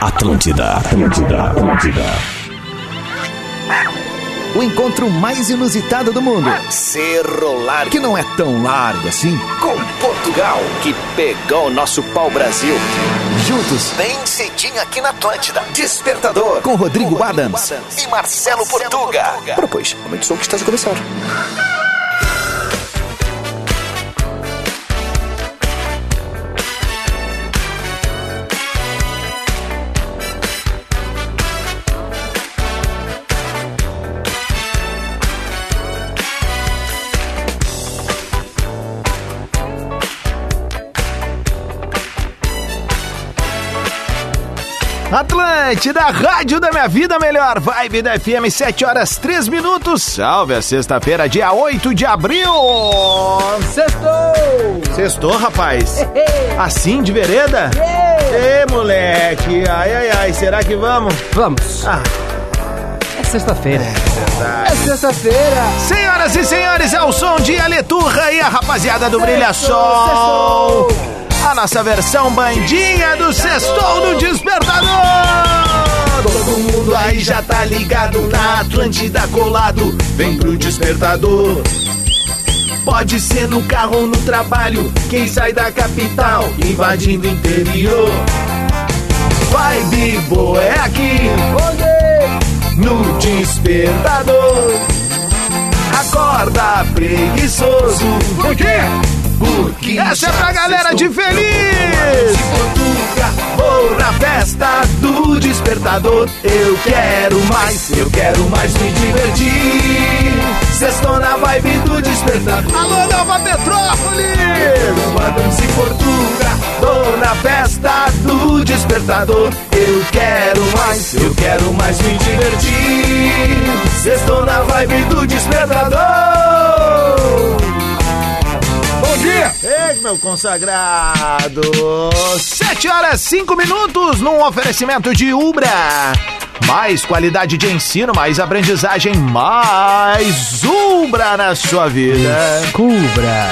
Atlântida, Atlântida, Atlântida. O encontro mais inusitado do mundo. Cerro Largo, Que não é tão largo assim. com Portugal, que pegou o nosso pau-brasil. Juntos, Bem cedinho aqui na Atlântida. Despertador, com Rodrigo Adams. e Marcelo Portuga. Ora, pois, momento de som que está a começar. Atlântida, Rádio da Minha Vida Melhor, Vibe da FM, 7 horas 3 minutos. Salve a sexta-feira, dia 8 de abril. Sextou! Sextou, rapaz. Assim de vereda? Ê, moleque. Ai, ai, ai, será que vamos? Vamos. Ah. É sexta-feira. É sexta-feira. Senhoras e senhores, é o som de Aleturra e a rapaziada do Brilha Sol. A nossa versão bandinha do Sextou do Despertador. Todo mundo aí já tá ligado na Atlântida colado. Vem pro Despertador. Pode ser no carro ou no trabalho. Quem sai da capital invadindo o interior. Vibe boa é aqui. No Despertador. Acorda preguiçoso. Por quê? Porque essa é pra galera de feliz. Vou na festa do despertador. Eu quero mais, eu quero mais me divertir. Sextou na vibe do despertador. Alô, Nova Petrópolis! Adams e Portuga. Vou na festa do despertador. Eu quero mais, eu quero mais me divertir. Sextou na vibe do despertador. Bom dia! Ei, meu consagrado! 7 horas 5 minutos num oferecimento de Ubra. Mais qualidade de ensino, mais aprendizagem, mais Ubra na sua vida. Cubra.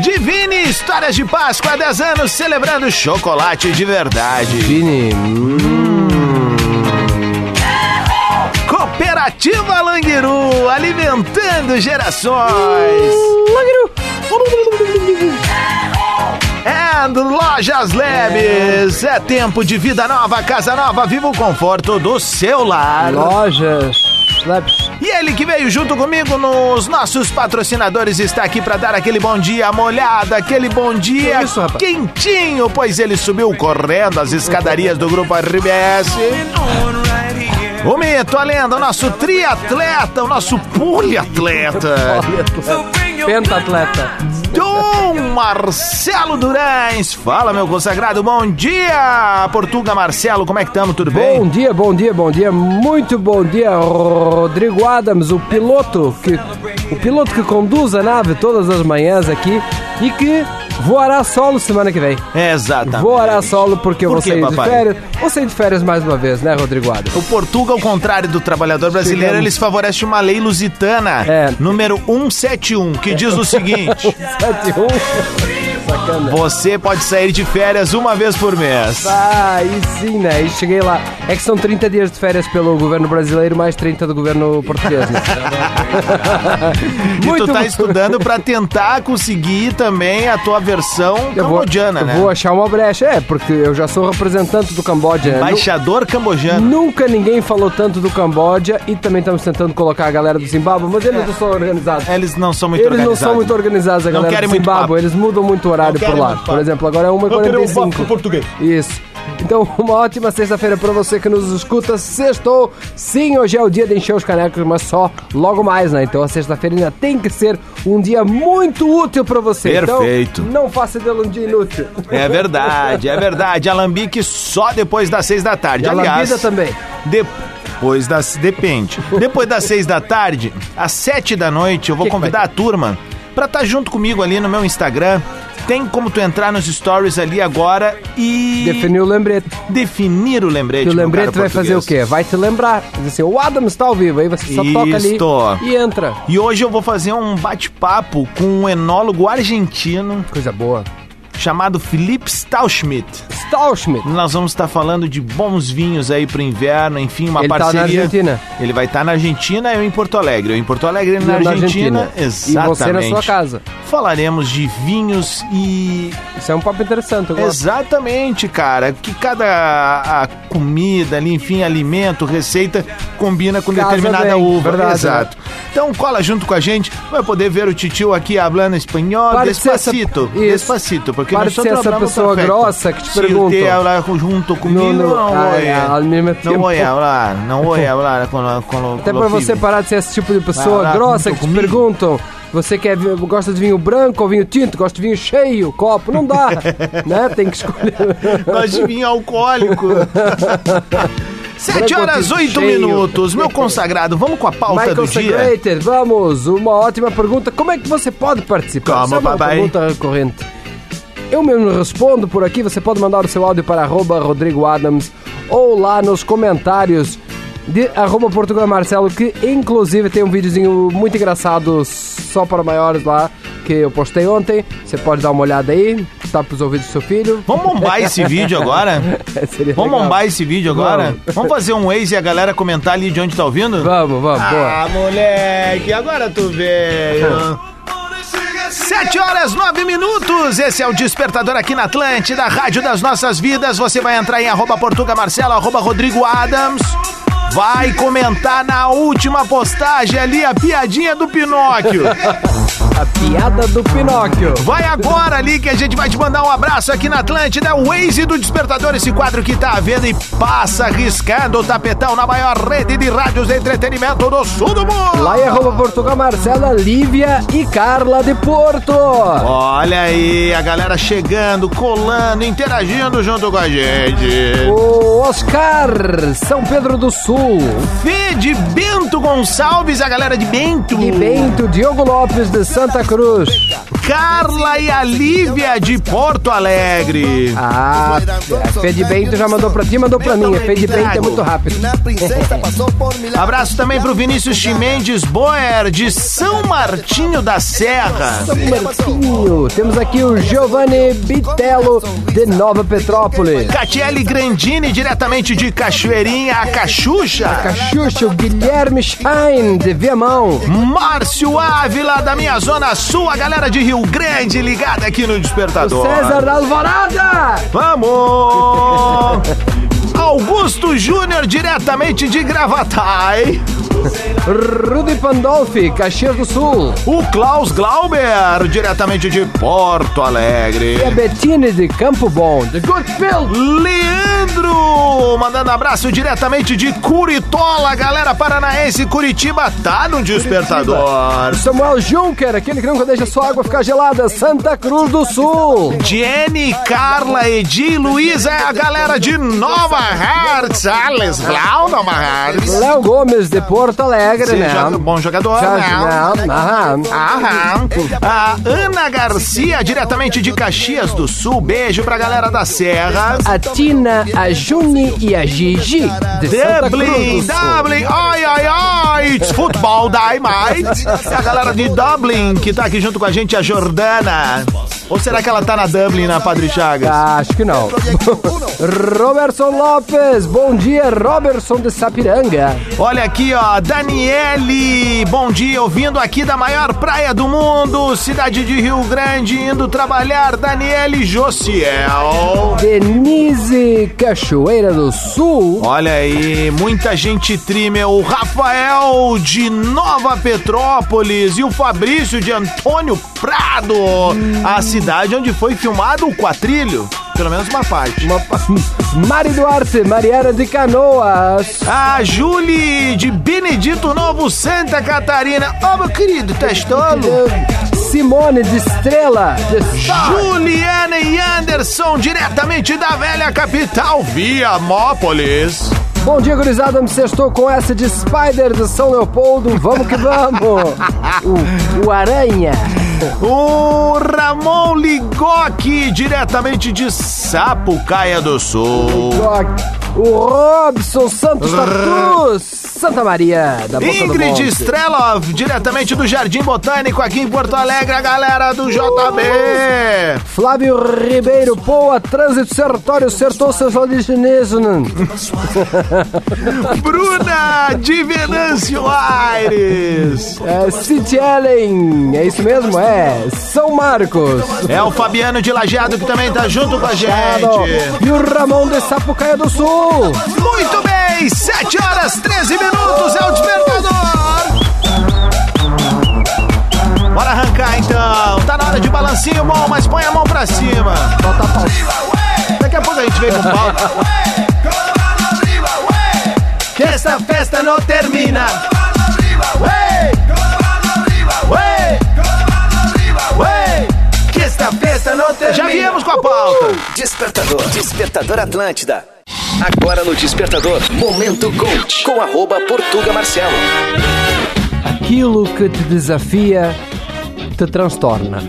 Divine Histórias de Páscoa, 10 anos, celebrando chocolate de verdade. Hum. Vini. Cooperativa Languiru, alimentando gerações. And Lojas Leves, é tempo de vida nova, casa nova, viva o conforto do seu lar. Lojas. Labs. E ele que veio junto comigo nos nossos patrocinadores está aqui para dar aquele bom dia molhado, aquele bom dia Que isso, rapaz? quentinho, pois ele subiu correndo as escadarias do grupo RBS. O mito, a lenda, o nosso triatleta, o nosso poliatleta. Pentatleta. Dom Marcelo Durães. Fala, meu consagrado, bom dia, Portuga Marcelo, como é que estamos? Tudo bem? Bom dia, bom dia, bom dia. Muito bom dia, Rodrigo Adams, o piloto que o piloto que conduz a nave todas as manhãs aqui e que voará solo semana que vem. Exatamente. Voará solo porque eu Por vou quê, sair papai? de férias. Vou sair de férias mais uma vez, né, Rodrigo Adams? O Portuga, ao contrário do trabalhador brasileiro, Chegamos. eles favorecem uma lei lusitana, É. número 171, que diz o seguinte: 7 Sacana. você pode sair de férias uma vez por mês. Ah, aí sim, né? E cheguei lá. É que são 30 dias de férias pelo governo brasileiro, mais 30 do governo português, né? E tu tá bom. estudando pra tentar conseguir também a tua versão Eu vou, cambodiana, eu né? vou achar uma brecha. É, porque eu já sou representante do Camboja. né? Baixador Nu- cambojano. Nunca ninguém falou tanto do Camboja e também estamos tentando colocar a galera do Zimbábue, mas eles não são organizados. Eles não são É. muito Eles não organizados. são muito organizados, a Não galera querem do muito papo. Zimbábue. Eles mudam muito o horário por querem lá. muito papo. Por exemplo, agora é 1h45. português. Isso. Então, uma ótima sexta-feira pra você que nos escuta. Sextou. Sim, hoje é o dia de encher os canecos, mas só logo mais, né? Então, a sexta-feira ainda tem que ser um dia muito útil pra você. Então, Perfeito. não faça dele um dia inútil. É verdade, é verdade. Alambique só depois das seis da tarde. E a Aliás, lambida também. Depois das. Depende. Depois das seis da tarde, às sete da noite, eu vou Que que convidar vai a turma pra estar junto comigo ali no meu Instagram. Tem como tu entrar nos stories ali agora e. Definiu o lembrete. definir o lembrete. E o meu lembrete caro vai fazer o português. quê? Vai te lembrar. Diz assim, o Adam está ao vivo. Aí você só toca Isto. ali e entra. E hoje eu vou fazer um bate-papo com um enólogo argentino Coisa boa. chamado Felipe Stauschmidt. Stauschmidt. Nós vamos estar falando de bons vinhos aí pro inverno, enfim, uma Ele tá na parceria. Argentina. Ele vai estar na Argentina e eu em Porto Alegre. Eu em Porto Alegre e na, Argentina. E Exatamente. você na sua casa. Falaremos de vinhos e Isso é um papo interessante. Eu gosto. Exatamente, cara. Que cada a comida ali, enfim, alimento, receita combina com Casa determinada bem, uva. verdade, né? Exato. Então cola junto com a gente, vai poder ver o titio aqui hablando espanhol Pare de ser essa- despacito. isso. Despacito, porque Pare não de sou ser essa trabalho pessoa perfeito. grossa que te Se pergunta. usted hablar junto comigo, No, no, não ah, vou. é, ao mesmo Não vou tempo. falar, não vou falar com, com, Até pra você parar de ser esse tipo de pessoa Vai lá, grossa junto que te comigo. perguntam. Você quer, vi- gosta de vinho branco ou vinho tinto? Gosta de vinho cheio, copo? Não dá, né? Tem que escolher. Nós de vinho alcoólico. Sete Branco horas, tinto oito cheio. minutos. Meu consagrado, vamos com a pauta Michael do dia. Sagrater, vamos, uma ótima pergunta. Como é que você pode participar? Como, Essa é uma papai? pergunta recorrente. Eu mesmo respondo por aqui, você pode mandar o seu áudio para arroba Rodrigo Adams ou lá nos comentários de arroba Portugal Marcelo, que inclusive tem um videozinho muito engraçado só para maiores lá, que eu postei ontem. Você pode dar uma olhada aí, tá pros ouvidos do seu filho. Vamos bombar esse vídeo agora? Seria Vamos legal. bombar esse vídeo agora? Vamos. Vamos, fazer um Waze e a galera comentar ali de onde tá ouvindo? Vamos, vamos, boa. Ah, moleque, agora tu veio. Sete horas, nove minutos. Esse é o Despertador aqui na Atlântida, Rádio das Nossas Vidas. Você vai entrar em arroba Portuga Marcelo, arroba Rodrigo Adams. Vai comentar na última postagem ali a piadinha do Pinóquio. Piada do Pinóquio. Vai agora ali que a gente vai te mandar um abraço aqui na Atlântida, É o Waze do Despertador, esse quadro que tá à venda e passa riscando o tapetão na maior rede de rádios de entretenimento do sul do mundo. Lá é em arroba Portugal Marcela, Lívia e Carla de Porto. Olha aí, a galera chegando, colando, interagindo junto com a gente. O Oscar, São Pedro do Sul. Fê de Bento Gonçalves, a galera de Bento. E Bento, Diogo Lopes de Santa Cruz. Carla e a Lívia de Porto Alegre. Ah, a Fê de Bento já mandou pra ti, mandou pra mim. A Fê de Bento é muito rápido. Abraço também pro Vinícius Chimendes Boer, de São Martinho da Serra. Martinho, temos aqui o Giovanni Bitello de Nova Petrópolis. Catiele Grandini, diretamente de Cachoeirinha, a Cachucha. Cachucho, Guilherme Schein de Viamão. Márcio Ávila, da minha Zona Sul, a galera de Rio Grande ligada aqui no Despertador. César Alvorada. Vamos! Augusto Júnior, diretamente de Gravatai. Rudy Pandolfi, Caxias do Sul. O Klaus Glauber, diretamente de Porto Alegre. E É a Bettine de Campo Bom, de Goodfield. Leandro, mandando abraço diretamente de Curitola, galera paranaense Curitiba, tá no despertador. Samuel Juncker, aquele que nunca deixa sua água ficar gelada, Santa Cruz do Sul. Jenny, Carla, Edi, Luísa, a galera de Nova Hertz, Alice Blau, Nova Hertz. Léo Gomes, de Porto Alegre, né? Seja bom jogador, Já- né? não, aham. Aham. A Ana Garcia, diretamente de Caxias do Sul. Beijo pra galera da Serra. A Tina, a Juni e a Gigi, de Santa Dublin, Cruz do Sul. Dublin, ai, ai, ai, it's futebol die, mate. A galera de Dublin que tá aqui junto com a gente, a Jordana. Ou será que ela tá na Dublin, na Padre Chagas? Acho que não. Robertson Lopes, bom dia, Robertson de Sapiranga. Olha aqui, ó, Daniele, bom dia, ouvindo aqui da maior praia do mundo, cidade de Rio Grande, indo trabalhar, Daniele Josiel. Denise Cachoeira do Sul. Olha aí, muita gente tri, meu. O Rafael de Nova Petrópolis e o Fabrício de Antônio Prado. A cidade onde foi filmado o quatrilho. Pelo menos uma parte. Mari Duarte, Mariana de Canoas. A Julie de Benedito Novo, Santa Catarina. Ô, meu querido, tá estolo? Simone de Estrela, de Juliana e Anderson, diretamente da velha capital, Viamópolis. Bom dia, gurizada. Me sextou com essa de Spider de São Leopoldo. Vamos que vamos. O, o Aranha. O Ramon Ligoque, diretamente de Sapucaia do Sul. O, o Robson Santos da Cruz. Santa Maria da Boca do Ingrid Monte. Strelov, diretamente do Jardim Botânico aqui em Porto Alegre, a galera do JB. Flávio Ribeiro, Poa, Trânsito, Sertório, Sertão, São João de Genésio. Bruna de Venâncio Aires. É, City Ellen, é isso mesmo? É, São Marcos. É o Fabiano de Lajeado que também tá junto com a gente. E o Ramon de Sapucaia do Sul. Muito bem, 7 horas 13 minutos é o despertador. Bora arrancar então. Tá na hora de balancinho bom, mas põe a mão pra cima. Daqui a pouco a gente vem com pau. Que essa festa não termina. Ué! Ué! Ué! Que esta festa não termina. Já viemos com a pauta. Despertador. Despertador Atlântida. Agora no Despertador. Momento Coach. Com arroba Portuga Marcelo. Aquilo que te desafia te transtorna.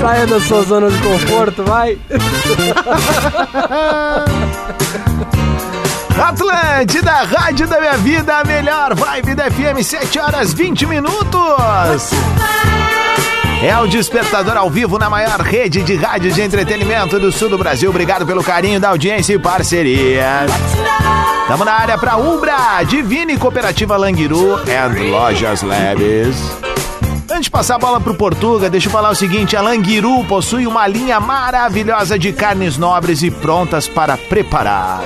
Saia da sua zona de conforto, vai. Atlântida, Rádio da Minha Vida, a melhor vibe da FM, 7 horas 20 minutos. É o Despertador ao vivo na maior rede de rádio de entretenimento do sul do Brasil. Obrigado pelo carinho da audiência e parceria. Estamos na área para Umbra, Divine Cooperativa Languiru and Lojas Leves. Antes de passar a bola pro Portuga, deixa eu falar o seguinte: a Languiru possui uma linha maravilhosa de carnes nobres e prontas para preparar.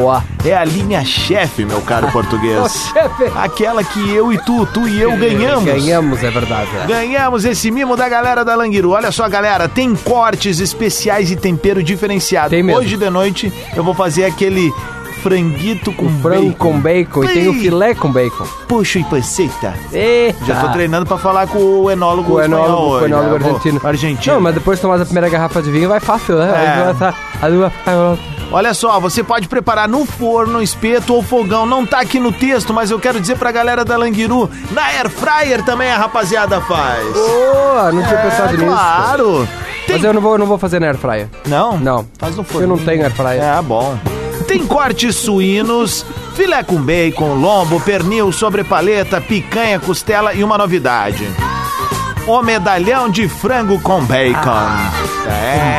Boa. É a linha chefe, meu caro português. Chefe. Aquela que eu e tu, tu e eu ganhamos. Ganhamos, é verdade. é. Ganhamos esse mimo da galera da Languiru. Olha só, galera, tem cortes especiais e tempero diferenciado. Tem mesmo. Hoje de noite eu vou fazer aquele franguito com Um Frango bacon. com bacon e tem o Ei. filé com bacon. Puxo e panceta. Eita. Já tô treinando pra falar com o enólogo Com o enólogo, espanhol com o hoje, enólogo né? Vou- argentino. Argentino. Não, mas depois de tomar a primeira garrafa de vinho vai fácil, né? É. Aí tá- aí vai- aí Olha só, você pode preparar no forno, espeto ou fogão. Não tá aqui no texto, mas eu quero dizer pra galera da Languiru, na Air Fryer também a rapaziada faz. Boa, não tinha pensado é, nisso. claro. Tem- Mas eu não vou, não vou fazer na airfryer. Não? Não. Faz no Eu forno. não tenho airfryer. É, bom. Tem cortes suínos, filé com bacon, lombo, pernil, sobrepaleta, picanha, costela e uma novidade. O medalhão de frango com bacon. Ah,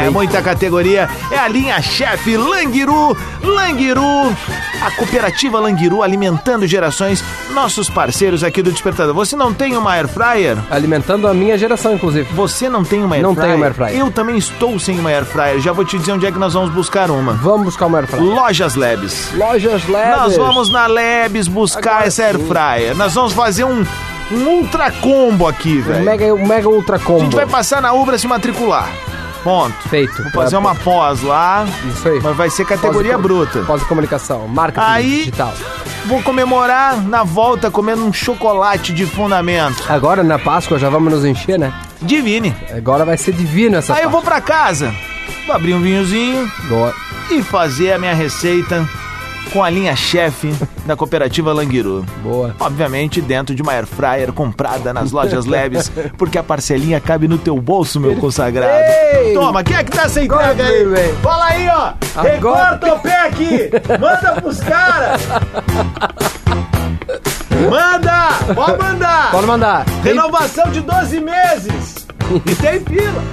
é, muita categoria. É a linha chefe Languiru, Languiru. A cooperativa Languiru alimentando gerações, nossos parceiros aqui do Despertador. Você não tem uma air fryer? Alimentando a minha geração, inclusive. Você não tem uma air Não fryer? tenho uma air fryer. Eu também estou sem uma air fryer. Já vou te dizer onde é que nós vamos buscar uma. Vamos buscar uma airfryer. Lojas Labs. Lojas leves. Nós vamos na Labs buscar É, Agora essa air sim. fryer. Nós vamos fazer um, um ultra combo aqui, Um velho. Mega, um mega ultra combo. A gente vai passar na Ubra se matricular. Ponto. Feito. Vou fazer uma pós lá. Isso aí. Mas vai ser categoria Tá Pós- bruta. Pós de comunicação, marketing Aí- digital. Vou comemorar na volta comendo um chocolate de fundamento. Agora na Páscoa já vamos nos encher, né? Divine. Agora vai ser divino essa Aí eu vou Páscoa. pra casa. Vou abrir um vinhozinho. Boa. e fazer a minha receita com a linha chefe da cooperativa Languiru. Boa. Obviamente dentro de uma air fryer comprada nas lojas leves, porque a parcelinha cabe no teu bolso, meu consagrado. Ei! Toma, quem é que tá sem entrega aí? Agora, baby. Fala aí, ó. Agora. Recorta o pé aqui. Manda pros caras. Manda! Pode mandar! Pode mandar. Renovação de 12 meses! E tem fila!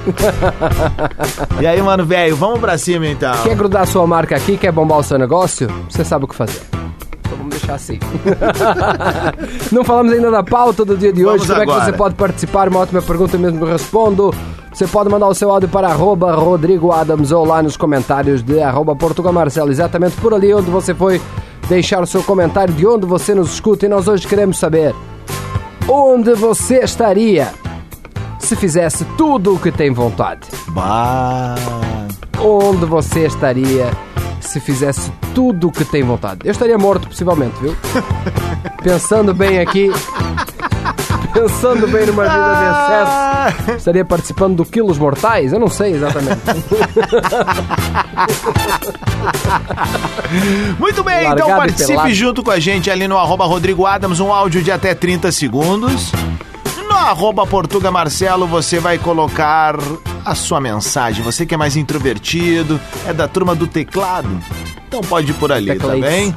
e aí, mano, velho, vamos pra cima então. Quer grudar sua marca aqui, quer bombar o seu negócio? Você sabe o que fazer. Então vamos deixar assim. Não falamos ainda da pauta do dia de Vamos hoje. Como é agora. que você pode participar? Uma ótima pergunta, eu mesmo respondo. Você pode mandar o seu áudio para arroba Rodrigo Adams ou lá nos comentários de arroba Portugal Marcelo, exatamente por ali onde você foi deixar o seu comentário, de onde você nos escuta. E nós hoje queremos saber onde você estaria se fizesse tudo o que tem vontade Bah. onde você estaria se fizesse tudo o que tem vontade? Eu estaria morto, possivelmente, viu? Pensando bem aqui, pensando bem numa vida de excesso, estaria participando do Quilos Mortais? Eu não sei exatamente. Muito bem, Largado então e participe pelado. junto com a gente ali no arroba Rodrigo Adams, um áudio de até 30 segundos. arroba Portuga Marcelo você vai colocar a sua mensagem. Você que é mais introvertido, é da turma do teclado, então pode ir por ali, Teclates. tá bem?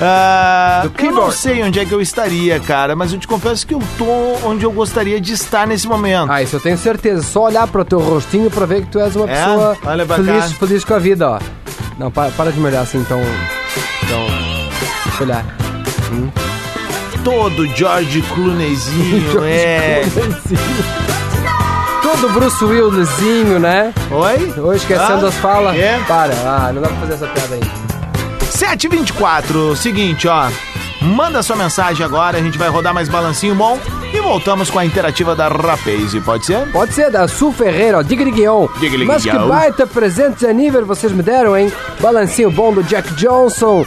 Ah, Do eu não keyboard. sei onde é que eu estaria, cara, mas eu te confesso que eu tô onde eu gostaria de estar nesse momento. Ah, isso eu tenho certeza. Só olhar pro teu rostinho pra ver que tu és uma É? pessoa Olha pra feliz, cá. feliz com a vida, ó. Não, para, para de me olhar assim, então. Então. Deixa eu olhar. Ah. Todo George Clooneyzinho, é. assim. Todo Bruce Williszinho, né? Oi? Ou esquecendo Ah, as falas. é? Para, ah, não dá pra fazer essa piada ainda. 724, seguinte, ó. Manda sua mensagem agora, a gente vai rodar mais balancinho bom e voltamos com a interativa da Rapaze, pode ser? Pode ser da Su Ferreira, ó, de Griguion. Digriguion. Mas que baita presente de nível vocês me deram, hein? Balancinho bom do Jack Johnson,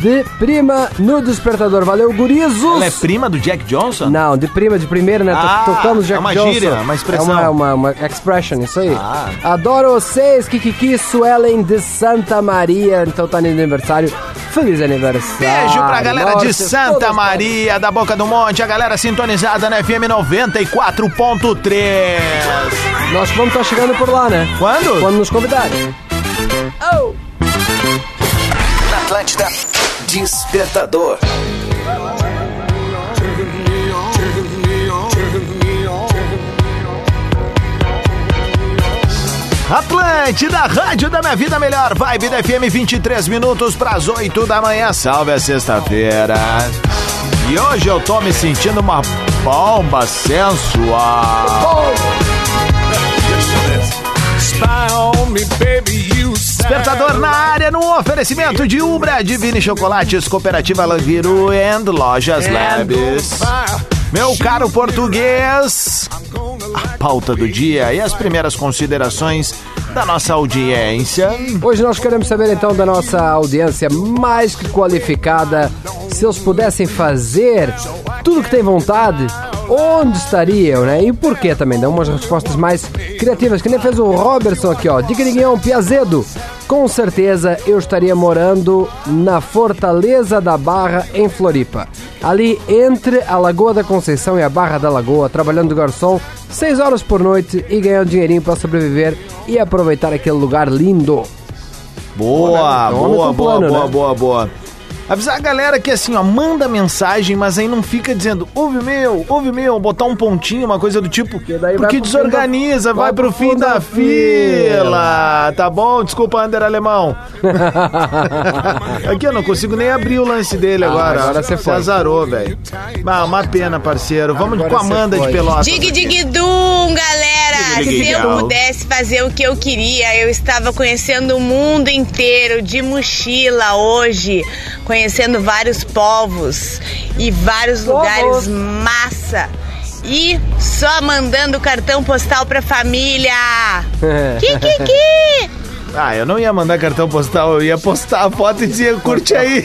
de prima no despertador. Valeu, gurizos! Ela é prima do Jack Johnson? Não, de prima, de primeira, né? To- Ah, Tocamos é Jack uma Johnson. gíria, uma expressão. É uma, uma, uma expression, isso aí. Ah. Adoro vocês, Kikiki Suelen de Santa Maria. Então tá no aniversário. Feliz aniversário. Beijo pra galera de Norte, Santa todas- Maria, da Boca do Monte, a galera sintonizada na FM 94.3. Nós vamos estar chegando por lá, né? Quando? Quando nos convidarem. Na Atlântida, Despertador. Atlântida, Rádio da Minha Vida Melhor, Vibe da FM, 23 minutos pras 8 da manhã, salve a sexta-feira. E hoje eu tô me sentindo uma bomba sensual. Despertador na área, no oferecimento de Umbra, Divine Chocolates, Cooperativa Langiru and Lojas Labs. Meu caro português, a pauta do dia e as primeiras considerações da nossa audiência. Hoje nós queremos saber então da nossa audiência mais que qualificada, se eles pudessem fazer tudo que têm vontade, onde estariam, né? E porquê também? Dá umas respostas mais criativas, que nem fez o Robertson aqui, ó. Digriguinhão Piazedo. Com certeza eu estaria morando na Fortaleza da Barra, em Floripa. Ali entre a Lagoa da Conceição e a Barra da Lagoa, trabalhando de garçom, seis horas por noite e ganhando dinheirinho para sobreviver e aproveitar aquele lugar lindo. Boa, Homem com boa, boa, plano, boa, né? boa, boa. Avisar a galera que assim, ó, manda mensagem, mas aí não fica dizendo, ouve o meu, ouve o meu, botar um pontinho, uma coisa do tipo, daí vai porque pro fim da- desorganiza, vai, pro, fim da, fila. Tá bom? Desculpa, Ander Alemão. Aqui eu não consigo nem abrir o lance dele agora. Ah, agora você foi. azarou, velho. Ah, uma pena, parceiro. Vamos Agora com a você Amanda de foi. Pelotas. Dig aqui. dig dum, galera! Tá Dig, dig, Se dig, eu dum. pudesse fazer o que eu queria, eu estava conhecendo o mundo inteiro de mochila hoje, conhecendo vários povos e vários lugares massa. E só mandando cartão postal pra família. É. Kikiki! Ah, eu não ia mandar cartão postal, eu ia postar a foto e dizer, curte aí.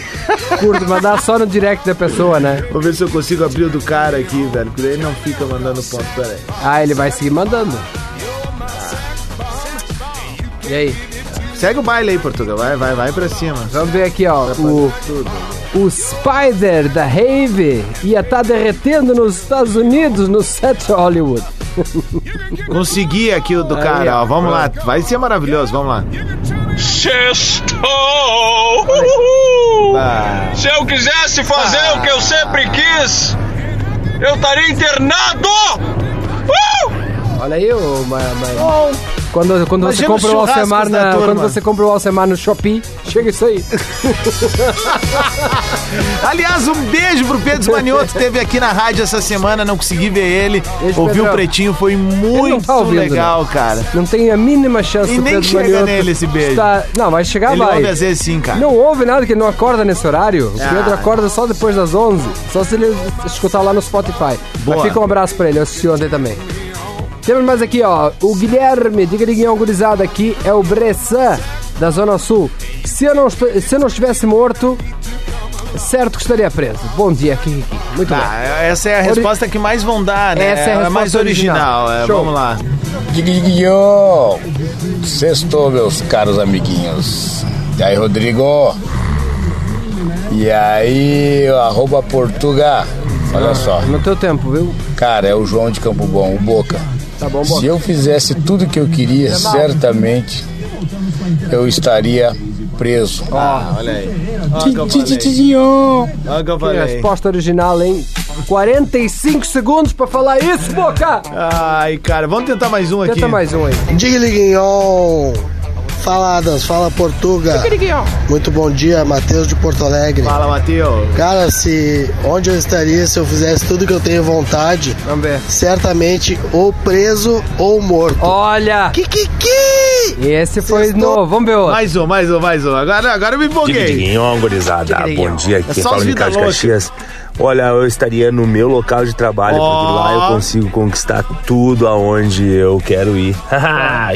curto, mandar só no direct da pessoa, né? Vou ver se eu consigo abrir o do cara aqui, velho. Porque ele não fica mandando ponto. Pera aí. Ah, ele vai seguir mandando. E aí? Segue o baile aí, Portugal. Vai, vai, vai pra cima. Vamos ver aqui, ó. O, Tudo. o Spider da Rave ia estar derretendo nos Estados Unidos no set Hollywood. Consegui aqui o do cara, ó. Vamos lá. Vai ser maravilhoso, vamos lá. Sextou! Uhul! Ah. Se eu quisesse fazer Ah. o que eu sempre quis, eu estaria internado! Uh! Olha aí, ô, ma, ma- Quando, quando você Imagina compra os o churrascos Alcemar da na, turma. quando você compra o Alcemar no Shopee, chega isso aí. Aliás, um beijo pro Pedro Smanioto. Teve aqui na rádio essa semana, não consegui ver ele. Beijo, Ouvi o Pedrão. pretinho, foi não muito tá ouvindo, legal, cara. Não tem a mínima chance E do nem Pedro chega Manioto nele esse beijo. estar- Não, vai chegar Ele vai. ouve às vezes sim, cara. Não houve nada que ele não acorda nesse horário. O Ah. Pedro acorda só depois das 11. Só se ele escutar lá no Spotify. Boa. Mas fica um abraço pra ele, eu assisti ontem também. Temos mais aqui, ó. O Guilherme, de Griguinhão Gurizada aqui, é o Bressan, da Zona Sul. Se eu não, est- se eu não estivesse morto, certo que estaria preso. Bom dia, Kiki. Muito bem. Tá, essa é a Ori- resposta que mais vão dar, né? Essa é a resposta mais original. original. é, Show. vamos lá. Diguinho! Sextou, meus caros amiguinhos. E aí, Rodrigo? E aí, o arroba Portuga? Olha só. Ah. No teu tempo, viu? Cara, é o João de Campo Bom, o Boca. Tá bom, Se Boca. eu fizesse tudo que eu queria, Tá certamente eu estaria preso. Tá, Olha aí. Olha o que eu Ti, ti, ti, falei. ti, ó. Olha o que eu A falei. resposta original em 45 segundos pra falar isso, Boca! Ai, cara, vamos tentar mais um aqui. Tenta mais um aí. Digliguinhol. Fala, Adams. Fala, Portuga. Muito bom dia, Matheus de Porto um. Alegre. Fala, Matheus. Cara, se onde eu estaria se eu fizesse tudo que eu tenho vontade, Vamos ver. certamente ou preso ou morto. Olha! Que que que? Esse foi Sextou. novo. Vamos ver outro. Mais um, mais um, mais um. Agora, agora eu me empolguei. Diguinho, gurizada. Diguinho. Bom dia, É aqui só é Paulo os de vida Cás louca. Caxias. Olha, eu estaria no meu local de trabalho, Ó. porque lá eu consigo conquistar tudo aonde eu quero ir.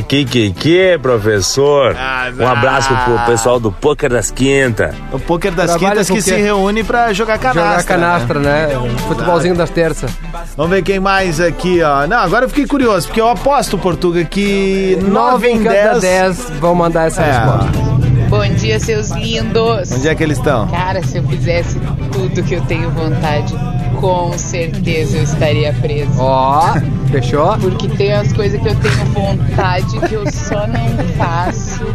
que, que, que, professor? Ah, Um abraço pro pessoal do Poker das Quintas. O poker das Trabalha quintas com que o quê? se reúne pra jogar canastra. Jogar canastra, né? Futebolzinho das terças. Vamos ver quem mais aqui, ó. Não, agora eu fiquei curioso, porque eu aposto, Portuga, que 9 9 em em cada 10. 10 vão mandar essa resposta. É, Bom dia, seus lindos. onde é que eles estão? Cara, se eu fizesse tudo que eu tenho vontade, com certeza eu estaria preso. Ó, fechou? Porque tem as coisas que eu tenho vontade que eu só não faço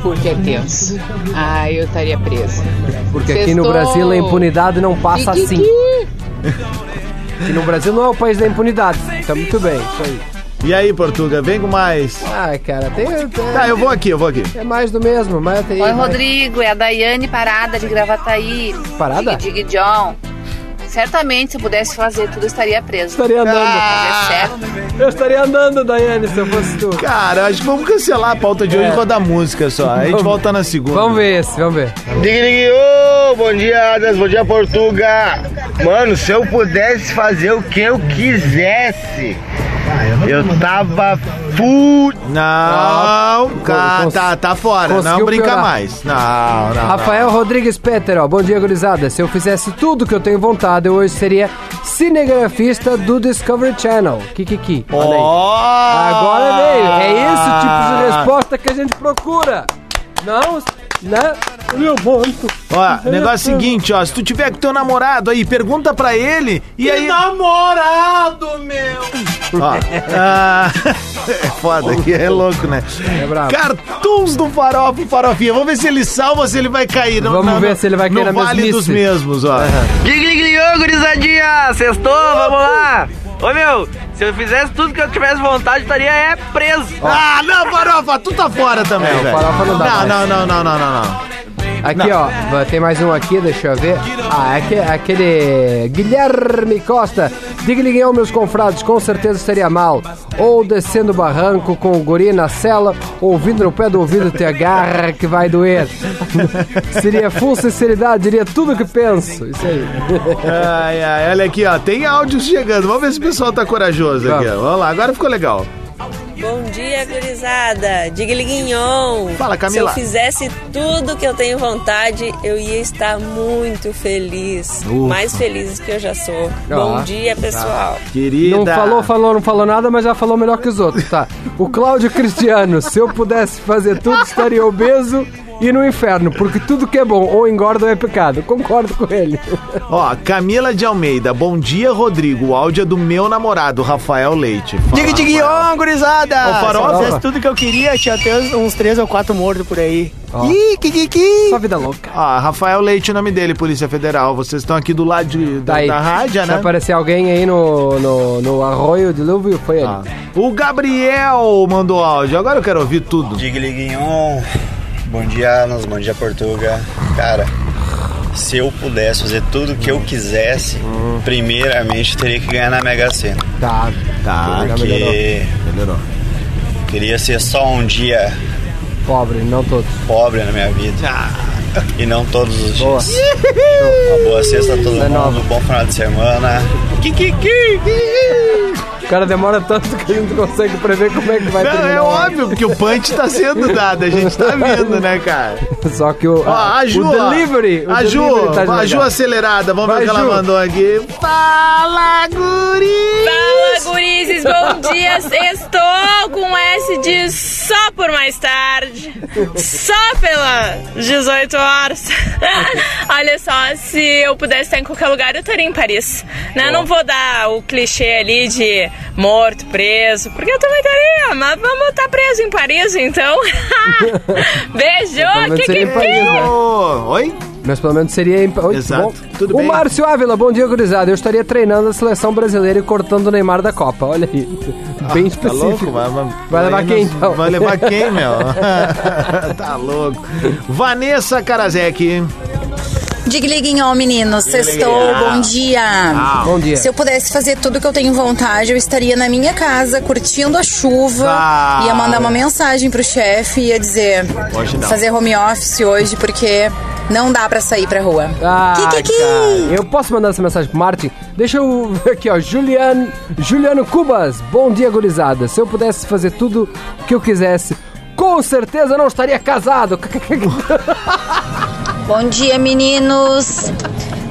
porque é tenso. Ah, eu estaria presa. Porque aqui no Sextou. Brasil a impunidade não passa Que, que, assim. Aqui no Brasil não é o país da impunidade. Tá muito bem, isso aí. E aí, Portuga, vem com mais. Ai, cara, tem. tem- Tá, eu vou aqui, eu vou aqui. É mais do mesmo, mas tem. Oi, mas- Rodrigo, é a Daiane Parada de Gravataí. Parada? Dig, dig, John. Certamente, se eu pudesse fazer tudo, eu estaria preso. Eu estaria andando. Ah. Mas é certo. Eu estaria andando, Daiane, se eu fosse tu. Cara, acho que vamos cancelar a pauta de hoje e rodar música só. Aí a gente volta na segunda. É. Vamos ver esse, vamos ver. Diguinho, bom dia, Adas, bom dia, Portuga. Mano, se eu pudesse fazer o que eu quisesse, eu tava fudido. Não, cara, cons- tá, tá fora. Não conseguiu brinca piorar. mais. Não, não. Rafael Rodrigues Peter, ó. Bom dia, gurizada. Se eu fizesse tudo que eu tenho vontade, eu hoje seria cinegrafista do Discovery Channel. Kikiki. Olha aí. Ó! Ah, Agora veio. É esse tipo de resposta que a gente procura. Não, né? Meu manto. Ó, negócio é o seguinte, ó. Se tu tiver com teu namorado aí, pergunta pra ele e aí. Namorado, meu! Ó, ah, é foda, aqui é louco, né? É brabo. Cartuns do Farofa, Farofinha. Vamos ver se ele salva ou se ele vai cair. Não- Vamos não- ver se ele vai cair no na vale mesmice. dos mesmos, ó. Diguinho, gurizadinha, sextou, vamos lá. Ô, meu, se eu fizesse tudo que eu tivesse vontade, eu estaria é preso. Ah, não, Farofa, tu tá fora também, É, o velho. Farofa não dá mais. não, não, não, não, não, não. Aqui, ó, tem mais um aqui, deixa eu ver. Ah, é aque- aquele Guilherme Costa. Diga-lhe é meus confrados, com certeza seria mal. Ou descendo o barranco com o guri na cela, ouvindo no pé do ouvido te agarra que vai doer. seria full sinceridade, diria tudo o que penso. Isso aí. Ai, ai, olha aqui, ó. Tem áudios chegando. Vamos ver se o pessoal tá corajoso aqui, ó. Vamos. Vamos lá, agora ficou legal. Bom dia, gurizada. Digliguinhon. Fala, Camila. Se eu fizesse tudo que eu tenho vontade, eu ia estar muito feliz. Mais feliz que eu já sou. Bom dia, tá. pessoal. Querida. Não falou, falou, não falou nada, mas já falou melhor que os outros, tá? O Cláudio Cristiano, se eu pudesse fazer tudo, estaria obeso e no inferno, porque tudo que é bom ou engorda ou é pecado. Concordo com ele. Ó, Camila de Almeida, bom dia, Rodrigo. O áudio é do meu namorado, Rafael Leite. Fala, Diga, diga, ó, gurizada! Ô, Farofa. Se eu fizesse tudo que eu queria, tinha até uns- uns três ou quatro mortos por aí. Ó. Ih, que que que? Só vida louca. Ah, Rafael Leite, o nome dele, Polícia Federal. Vocês estão aqui do lado de- da, Daí, da rádio, Se né? aparecer alguém aí no, no, no arroio dilúvio, foi ele. Ah. O Gabriel mandou áudio. Agora eu quero ouvir tudo. Digliguinhon, bom dia Anos, bom dia Portuga. Cara, se eu pudesse fazer tudo o que eu quisesse, primeiramente teria que ganhar na Mega Sena. Tá. Tá, Já melhorou. Porque melhorou. queria ser só um dia Pobre, não todos. pobre na minha vida. E não todos os Boa. dias. Uma boa sexta a todo Dezenove. mundo, um bom final de semana. cara demora tanto que a gente não consegue prever como é que vai Não, terminar. é óbvio, porque o punch tá sendo dado, a gente tá vendo, né, cara? Só que o, Ó, a Ju, o ó. delivery. o a Ju, delivery tá a Ju devagar. acelerada, vamos Vai, ver o que Ju. ela mandou aqui. Fala, guris! Fala, gurizes, bom dia. Estou com S de só por mais tarde. Só pelas 18 horas. Olha só, se eu pudesse estar em qualquer lugar, eu estaria em Paris. Né? Não vou dar o clichê ali de morto, preso, porque eu também estaria, mas vamos estar preso em Paris, então. Beijo, menos que Então, seria que em Paris, que- né? Oi? Mas pelo menos seria em... Oi, Exato. Bom, Tudo o bem. Márcio Ávila, bom dia, gurizada. Eu estaria treinando a seleção brasileira e cortando o Neymar da Copa. Olha aí. Bem tá específico. louco, vai, vai- Vai levar aí quem, nós- então? Vai levar quem, meu? tá louco. Vanessa Karasek. Digliguinho, meninos, sextou, bom dia. Ah, bom dia. Se eu pudesse fazer tudo que eu tenho vontade, eu estaria na minha casa, curtindo a chuva, Ah. ia mandar uma mensagem pro chefe e ia dizer, Hoje não. fazer home office hoje, porque não dá pra sair pra rua. Ah, cara, Eu posso mandar essa mensagem pro Martin? Deixa eu ver aqui, ó. Juliano, Juliano Cubas. Bom dia, gurizada. Se eu pudesse fazer tudo que eu quisesse, com certeza não estaria casado. Bom dia, meninos.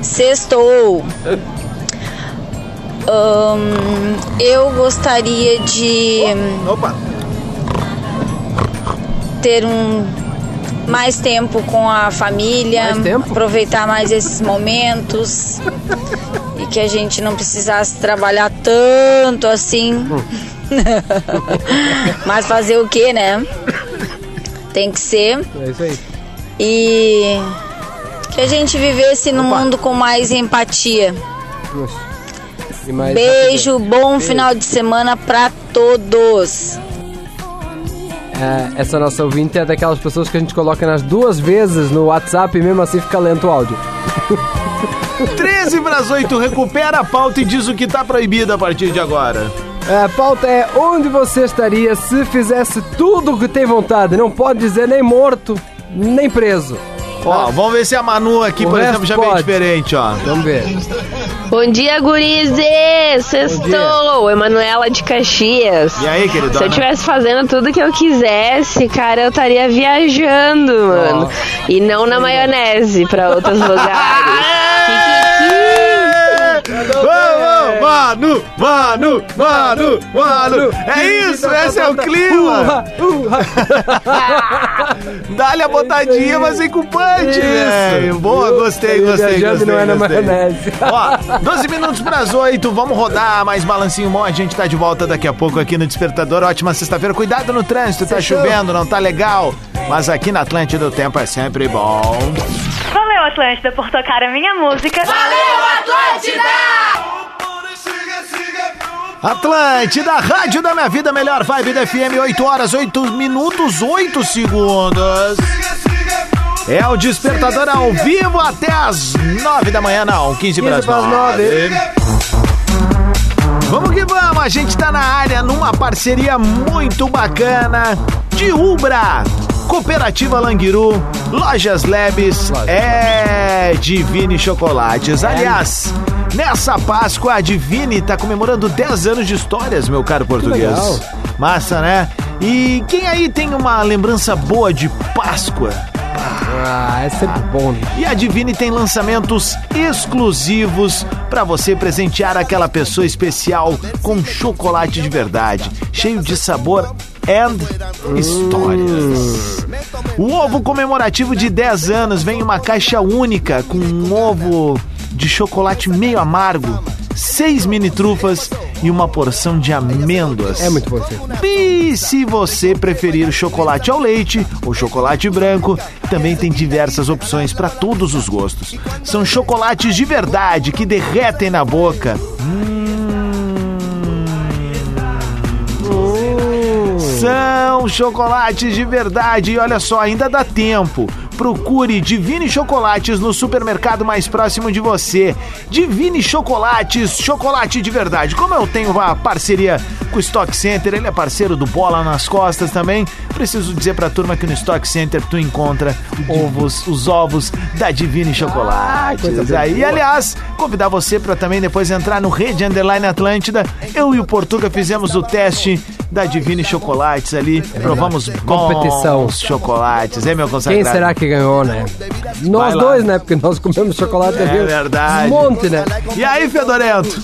Sextou. Ahn, eu gostaria de Opa. ter um mais tempo com a família, aproveitar mais esses momentos e que a gente não precisasse trabalhar tanto assim. Mas fazer o que, né? Tem que ser. É isso aí. E que a gente vivesse num mundo com mais empatia. E mais- Beijo, bom final de semana pra todos. É, essa nossa ouvinte é daquelas pessoas que a gente coloca nas duas vezes no WhatsApp e mesmo assim fica lento o áudio. 13 para as 8, recupera a pauta e diz o que tá proibido a partir de agora. A pauta é onde você estaria se fizesse tudo o que tem vontade. Não pode dizer nem morto, nem preso. Ó, vamos ver se a Manu aqui, O por resto exemplo, já veio pode. diferente, ó. Vamos ver. Bom dia, gurizes! Sextou! Emanuela de Caxias. E aí, queridona? Se eu estivesse fazendo tudo que eu quisesse, cara, eu estaria viajando, mano. E não na maionese pra outros lugares. Vamos, Manu, Manu, Manu, Manu. É isso, tá esse é o clima. É Dá-lhe a botadinha, mas vem com punch. É, boa, gostei, gostei, Tá viajando gostei. e não é na gostei. maionese. Ó, 12 minutos pras 8, vamos rodar mais balancinho bom. A gente tá de volta daqui a pouco aqui no Despertador. Ótima sexta-feira. Cuidado no trânsito, tá chovendo, não tá legal. Mas aqui na Atlântida o tempo é sempre bom. Valeu, Atlântida, por tocar a minha música. Valeu, Atlântida! Atlântida, Rádio da Minha Vida, melhor vibe da FM, 8 horas, 8 minutos, 8 segundos. É o despertador ao vivo até as 9 da manhã, não, 15 para as 9. Vamos que vamos, a gente tá na área numa parceria muito bacana de Ubra, Cooperativa Languiru, Lojas Lebes, é Divine Chocolates. Aliás, nessa Páscoa a Divine tá comemorando 10 anos de histórias, meu caro português. legal. Massa, né? E quem aí tem uma lembrança boa de Páscoa? Ah, é sempre bom, né? E a Divine tem lançamentos exclusivos para você presentear aquela pessoa especial com chocolate de verdade, cheio de sabor and histórias. O ovo comemorativo de 10 anos vem em uma caixa única com um ovo de chocolate meio amargo, seis mini trufas e uma porção de amêndoas. É muito bom Tá isso aí. E se você preferir o chocolate ao leite ou chocolate branco, também tem diversas opções para todos os gostos. São chocolates de verdade que derretem na boca. Hum. São chocolates de verdade e olha só, ainda dá tempo. procure Divine Chocolates no supermercado mais próximo de você. Divine Chocolates, chocolate de verdade. Como eu tenho uma parceria com o Stock Center, ele é parceiro do Bola nas Costas também. Preciso dizer pra turma que no Stock Center tu encontra ovos, os ovos da Divine Chocolates. Ah, coisa Aí, boa. aliás, convidar você pra também depois entrar no Rede Underline Atlântida. Eu e o Portuga fizemos o teste da tá Divine Chocolates ali. Provamos bons É Competição. chocolates, é meu Quem consagrado? será que ganhou, né? Nós lá. dois, né? Porque nós comemos chocolate É aqui. verdade. Um monte, né? E aí, Fedorento?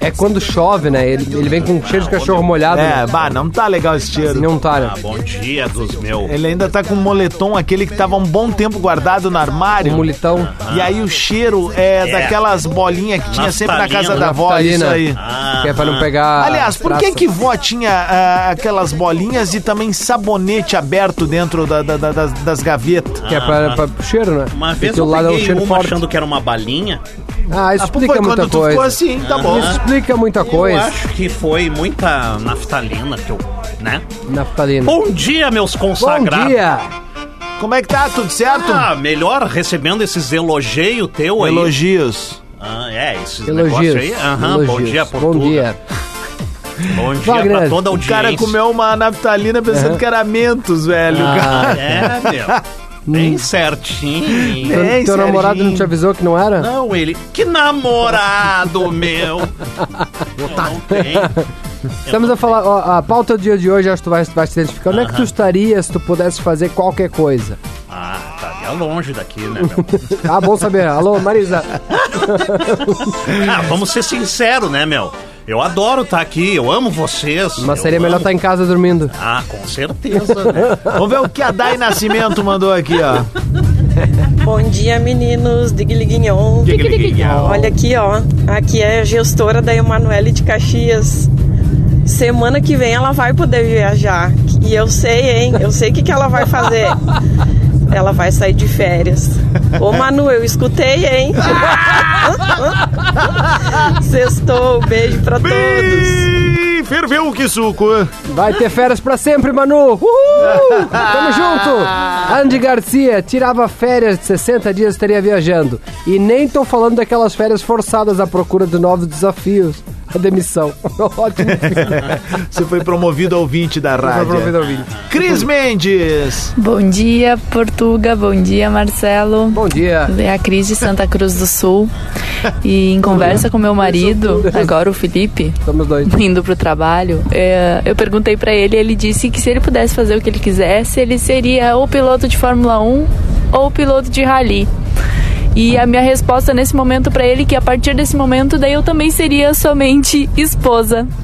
É quando chove, né? Ele, ele vem com cheiro de cachorro molhado. né? É, bah, não tá legal esse cheiro. Não tá, né? bom dia dos meus. Ele ainda tá com um moletom, aquele que tava um bom tempo guardado no armário. Um moletão. E aí o cheiro é, É. daquelas bolinhas que tinha sempre na casa da avó, isso Naftalina, aí. Que é pra não Ah, pegar. Ah, Aliás, por que que vó tinha ah, aquelas bolinhas e também sabonete aberto dentro da- da- da- das, das gavetas? Que é pra, pra cheiro, né? Uma vez Porque eu o lado é um peguei cheiro uma forte. achando que era uma balinha. Ah, isso Ah, explica foi quando muita tu coisa. ficou assim, tá bom. Isso explica muita Eu coisa. acho que foi muita naftalina que eu, né? Naftalina. Bom dia, meus consagrados. Bom dia. Como é que tá? Tudo certo? Ah, melhor recebendo esses elogios teu aí. Elogios. Ah, é, esses Elogios. negócios aí. Aham, bom Elogios. dia, Bom dia. Bom dia pra toda a o cara audiência. comeu uma naftalina pensando Aham. que era mentos, velho. Ah, cara. é, meu. Bem certinho. Teu, teu namorado não te avisou que não era? Não, ele. Que namorado, meu! Eu Tá. não tenho. Estamos a falar, ó, a pauta do dia de hoje, acho que tu vai, tu vai se identificar. Onde é que tu Aham. estaria se tu pudesse fazer qualquer coisa? Ah, estaria longe daqui, né, meu? ah, bom saber. Alô, Marisa. Ah, vamos ser sinceros, né, meu? Eu adoro estar aqui, eu amo vocês. Mas eu seria melhor amo. estar em casa dormindo. Ah, com certeza, né? Vamos ver o que a Dai Nascimento mandou aqui, ó. Bom dia, meninos. Digliguinhon. Digliguinhon. Olha aqui, ó. Aqui é a gestora da Emanuele de Caxias. Semana que vem ela vai poder viajar. E eu sei, hein? Eu sei o que, que ela vai fazer. Ela vai sair de férias. Ô, Manu, eu escutei, hein? Sextou. Beijo pra todos. Ferveu que suco. Vai ter férias pra sempre, Manu. Uhul! Tamo junto. Andy Garcia tirava férias de 60 dias e estaria viajando. E nem tô falando daquelas férias forçadas à procura de novos desafios. A demissão. Ótimo. Você foi promovido ouvinte da rádio. promovido ouvinte. Cris Mendes. Bom dia, Portuga. Bom dia, Marcelo. Bom dia. É a Cris de Santa Cruz do Sul. E em conversa com meu marido, agora o Felipe, Somos dois. indo pro trabalho, é, eu perguntei pra ele, ele disse que se ele pudesse fazer o que ele quisesse, ele seria ou piloto de Fórmula 1 ou piloto de rally. E a minha resposta nesse momento pra ele é que a partir desse momento daí eu também seria somente esposa.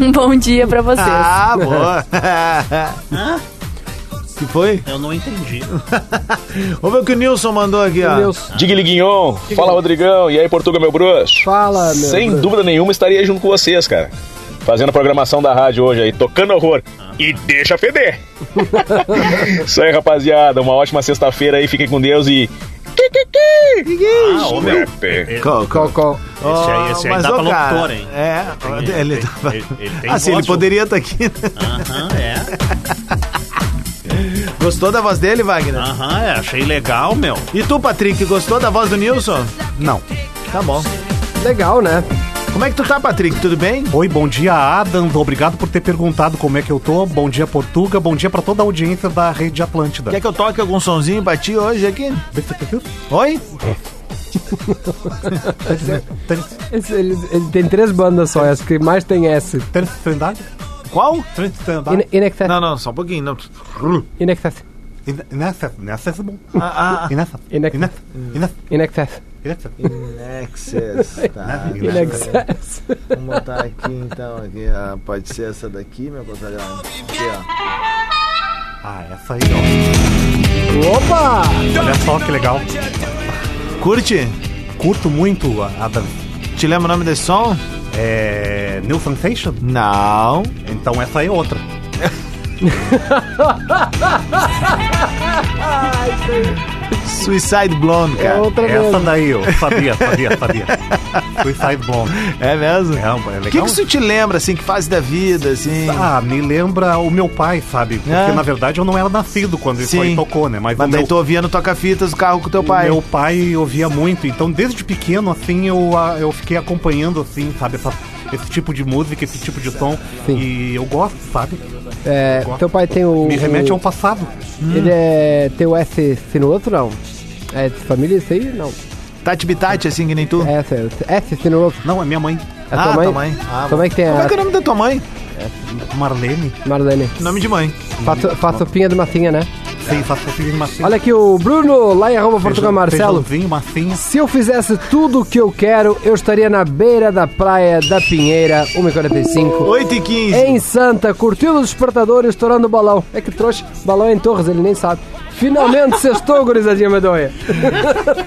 Um bom dia pra vocês. Ah, boa. que foi? Eu não entendi. Vamos ver o que o Nilson mandou aqui, Ah, ó. Digliguinhon, fala Rodrigão, e aí Portuga, meu bruxo? Fala, meu Sem bruxo. dúvida nenhuma estaria junto com vocês, cara. Fazendo a programação da rádio hoje aí, tocando horror. E deixa feder! Isso aí, rapaziada, uma ótima sexta-feira aí, fiquem com Deus e. Ah, ô, meu. Qual, qual, qual? Esse aí, esse aí Mas, dá ô, pra cara, locutor, hein? É, Ele- ele, ele- tava- ele- ele tem Ah, sim, ele voz, poderia estar aqui. né? Aham, é. Gostou da voz dele, Wagner? Aham, é, achei legal, meu. E tu, Patrick, gostou da voz do Nilson? Não. Tá bom. Legal, né? Como é que tu tá, Patrick? Tudo bem? Oi, bom dia, Adam. Obrigado por ter perguntado como é que eu tô. Bom dia, Portuga. Bom dia pra toda a audiência da Rede Atlântida. Quer que eu toque algum sonzinho pra ti hoje aqui? é Oi? Esse- ele, ele tem três bandas só, as que mais tem S. Qual? In, Tá. Inexcess. Não, não, só um pouquinho. Não. Inexcess. Inessa, Inessa é bom. Ah, ah, ah. Inessa. Inex- Inessa. Inessa. Inexcess. Inessa. Inexcess, tá. Inexcess. Vamos botar aqui então, aqui, ó. pode ser essa daqui, meu consagrado. Aqui, ó. Ah, essa aí, ó. Opa! Olha só que legal. Curte? Curto muito, Adam. Te lembra o nome desse som? É. New Sensation? Não. Então essa aí é outra. Ai, Suicide Blonde, cara. É outra Essa mesmo. daí, eu sabia, sabia, sabia. Suicide Blonde. É mesmo? É, é legal. O que, que isso te lembra, assim, que fase da vida, assim? Ah, me lembra o meu pai, sabe? Porque, É. na verdade, eu não era nascido quando isso Sim. aí tocou, né? Mas, Mas o daí meu tu ouvia no toca-fitas o carro com teu pai. Meu pai ouvia muito, então desde pequeno, assim, eu, a- eu fiquei acompanhando, assim, sabe, essa- esse tipo de música, esse tipo de som. E eu gosto, sabe? É, um teu pai tem o. Me remete o- a um passado. Ele é. Tem o S sinuoso, não? É de família isso aí? Não. Tati Bitati, assim que nem tu? É, é, S sinuoso. Não, é minha mãe. É Ah, tua mãe? tua mãe. Ah, Como é que tem como a. é que é o nome da tua mãe? Marlene. Marlene. Nome de mãe. Faço, faço pinha de massinha, né? Sim, faço filho de um- massinha. Olha aqui o Bruno, lá em arroba Portugal Feijão- Marcelo. feijãozinho, massinha. Se eu fizesse tudo o que eu quero, eu estaria na beira da praia da Pinheira, 1h45. 8h15. Em Santa, curtindo o despertador e estourando o balão. É que trouxe balão é em Torres, ele nem sabe. Finalmente sextou, gurizadinha medonha.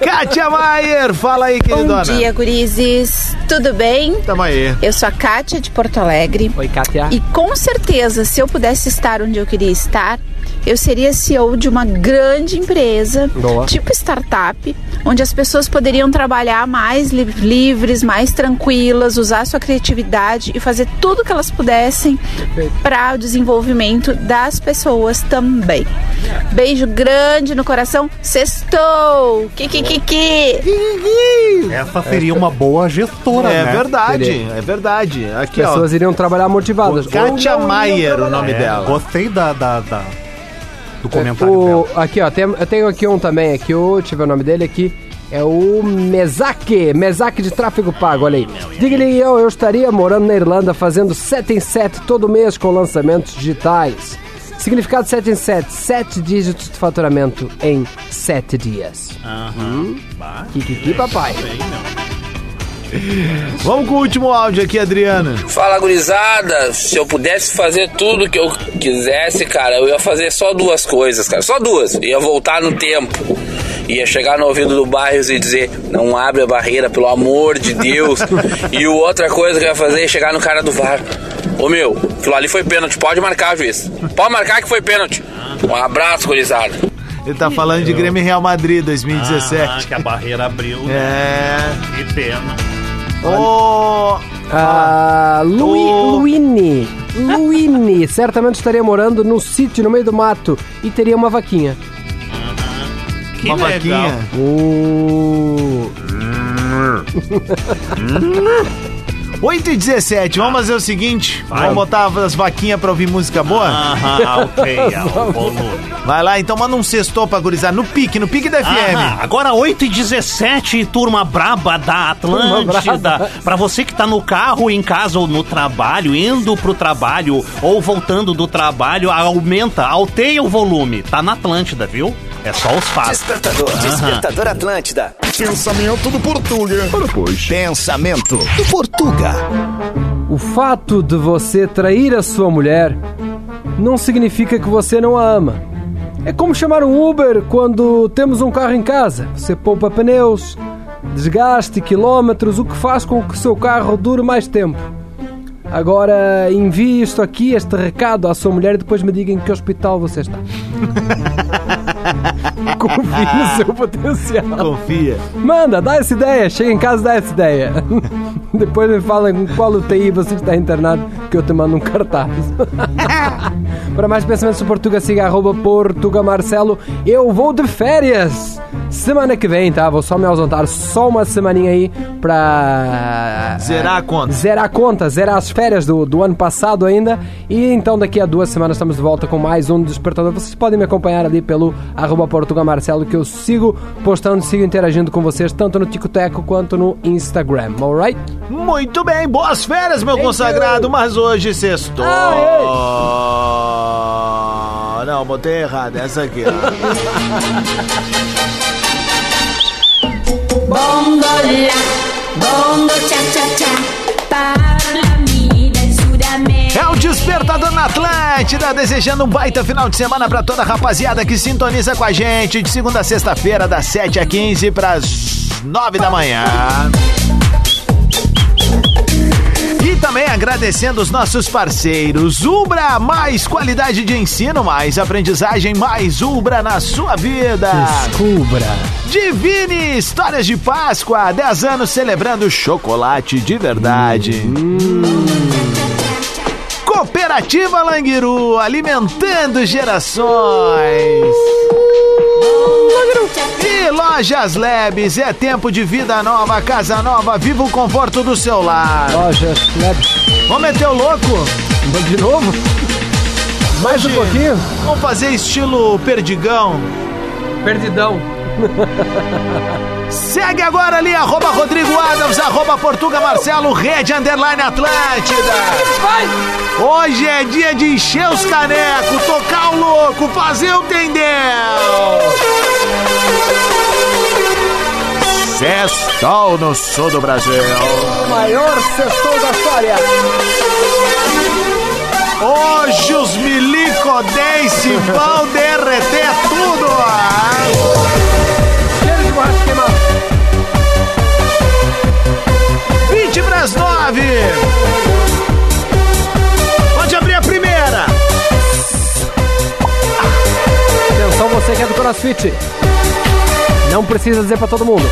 Kátia Maier, fala aí, queridona. Bom dia, gurizes. Tudo bem? Tamo aí. Eu sou a Kátia de Porto Alegre. Oi, Kátia. E com certeza, se eu pudesse estar onde eu queria estar, eu seria CEO de uma grande empresa, Boa. tipo startup, onde as pessoas poderiam trabalhar mais li- livres, mais tranquilas, usar sua criatividade e fazer tudo que elas pudessem para o desenvolvimento das pessoas também. Beijo grande no coração. Sextou! Kikikiki! Essa seria uma boa gestora, É né? verdade, Seria. é verdade. Aqui, As ó. pessoas iriam trabalhar motivadas. Kátia Maier, o nome É, dela. Gostei da, da, da- do comentário. É O, aqui, ó, tem, eu tenho aqui um também, aqui, o, deixa eu ver o nome dele aqui. É o Mesaque, Mesaque de Tráfego Pago, olha aí. Diga-lhe eu, eu estaria morando na Irlanda fazendo 7 em 7 todo mês com lançamentos digitais. Significado 7 em 7, 7 dígitos de faturamento em 7 dias. Hum? Aham. Bah. Kikiki, papai. É. Vamos com o último áudio aqui, Adriana. Fala gurizada, se eu pudesse fazer tudo que eu quisesse, cara, eu ia fazer só duas coisas, cara, só duas. Ia voltar no tempo, ia chegar no ouvido do Barrios e dizer: não abre a barreira, pelo amor de Deus. e o outra coisa que eu ia fazer é chegar no cara do VAR: Ô meu, aquilo ali foi pênalti, pode marcar, juiz. Pode marcar que foi pênalti. Um abraço, gurizada. Ele tá falando de Grêmio e Real Madrid 2017. Ah, que a barreira abriu. né? É. Que pena. Ô, Ah, Lui, Luini. Luini. Certamente estaria morando num sítio no meio do mato e teria uma vaquinha. Que Uma legal. vaquinha. Uh. 8 e 17, vamos fazer o seguinte: vamos botar as vaquinhas pra ouvir música boa? Ah, ok, ah, o volume. Vai lá, então manda um sextou pra gurizar no pique, no pique da FM. Ah, agora 8 e 17 turma braba da Turma Atlântida. braba. Pra você que tá no carro, em casa ou no trabalho, indo pro trabalho ou voltando do trabalho, aumenta, alteia o volume. Tá na Atlântida, viu? É só os fatos. Despertador, Aham. despertador Atlântida. Pensamento do Portuga. Pensamento do Portuga. O fato de você trair a sua mulher não significa que você não a ama. É como chamar um Uber quando temos um carro em casa. Você poupa pneus, desgaste, quilômetros, o que faz com que seu carro dure mais tempo. Agora envie isto aqui, este recado à sua mulher e depois me diga em que hospital você está. Confie no seu potencial. Confia. Manda, dá essa ideia. Chega em casa e dá essa ideia. Depois me fala com qual UTI você está internado, que eu te mando um cartaz. Para mais pensamentos do Portuga, siga arroba Portuga Marcelo. Eu vou de férias semana que vem, tá? Vou só me ausentar só uma semaninha aí pra... Zerar a conta. Zerar a conta, zerar as férias do, do ano passado ainda. E então daqui a duas semanas estamos de volta com mais um Despertador. Vocês podem me acompanhar ali pelo arroba Portuga Marcelo, que eu sigo postando, sigo interagindo com vocês, tanto no TicoTeco quanto no Instagram, alright? Muito bem, boas férias, meu consagrado, mas hoje sextou. Ah, Não, botei errado, é essa aqui. Bongo la, bongo cha cha cha, para mí del Sudamérica. É o Despertador na Atlântida, desejando um baita final de semana pra toda a rapaziada que sintoniza com a gente de segunda a sexta-feira, das 7 h 15 pras 9 da manhã. E também agradecendo os nossos parceiros. Ubra, mais qualidade de ensino, mais aprendizagem, mais Ubra na sua vida. Descubra. Divine Histórias de Páscoa, 10 anos celebrando chocolate de verdade. Cooperativa Languiru, alimentando gerações. E Lojas Labs, é tempo de vida nova, casa nova, viva o conforto do seu lar. Lojas Labs. Vamos meter o louco? De novo? Mais um pouquinho? Vamos fazer estilo perdigão. Perdidão. Segue agora ali, arroba Rodrigo Adams, arroba Portuga Marcelo, Rede Underline Atlântida. Hoje é dia de encher os canecos, tocar o louco, fazer o tendel. Sextou no sul do Brasil. O maior sextou da história. Hoje os milicodenses vão derreter tudo. Ah. 20 para as 9. Pode abrir a primeira. Atenção, você que é do CrossFit. Não precisa dizer para todo mundo.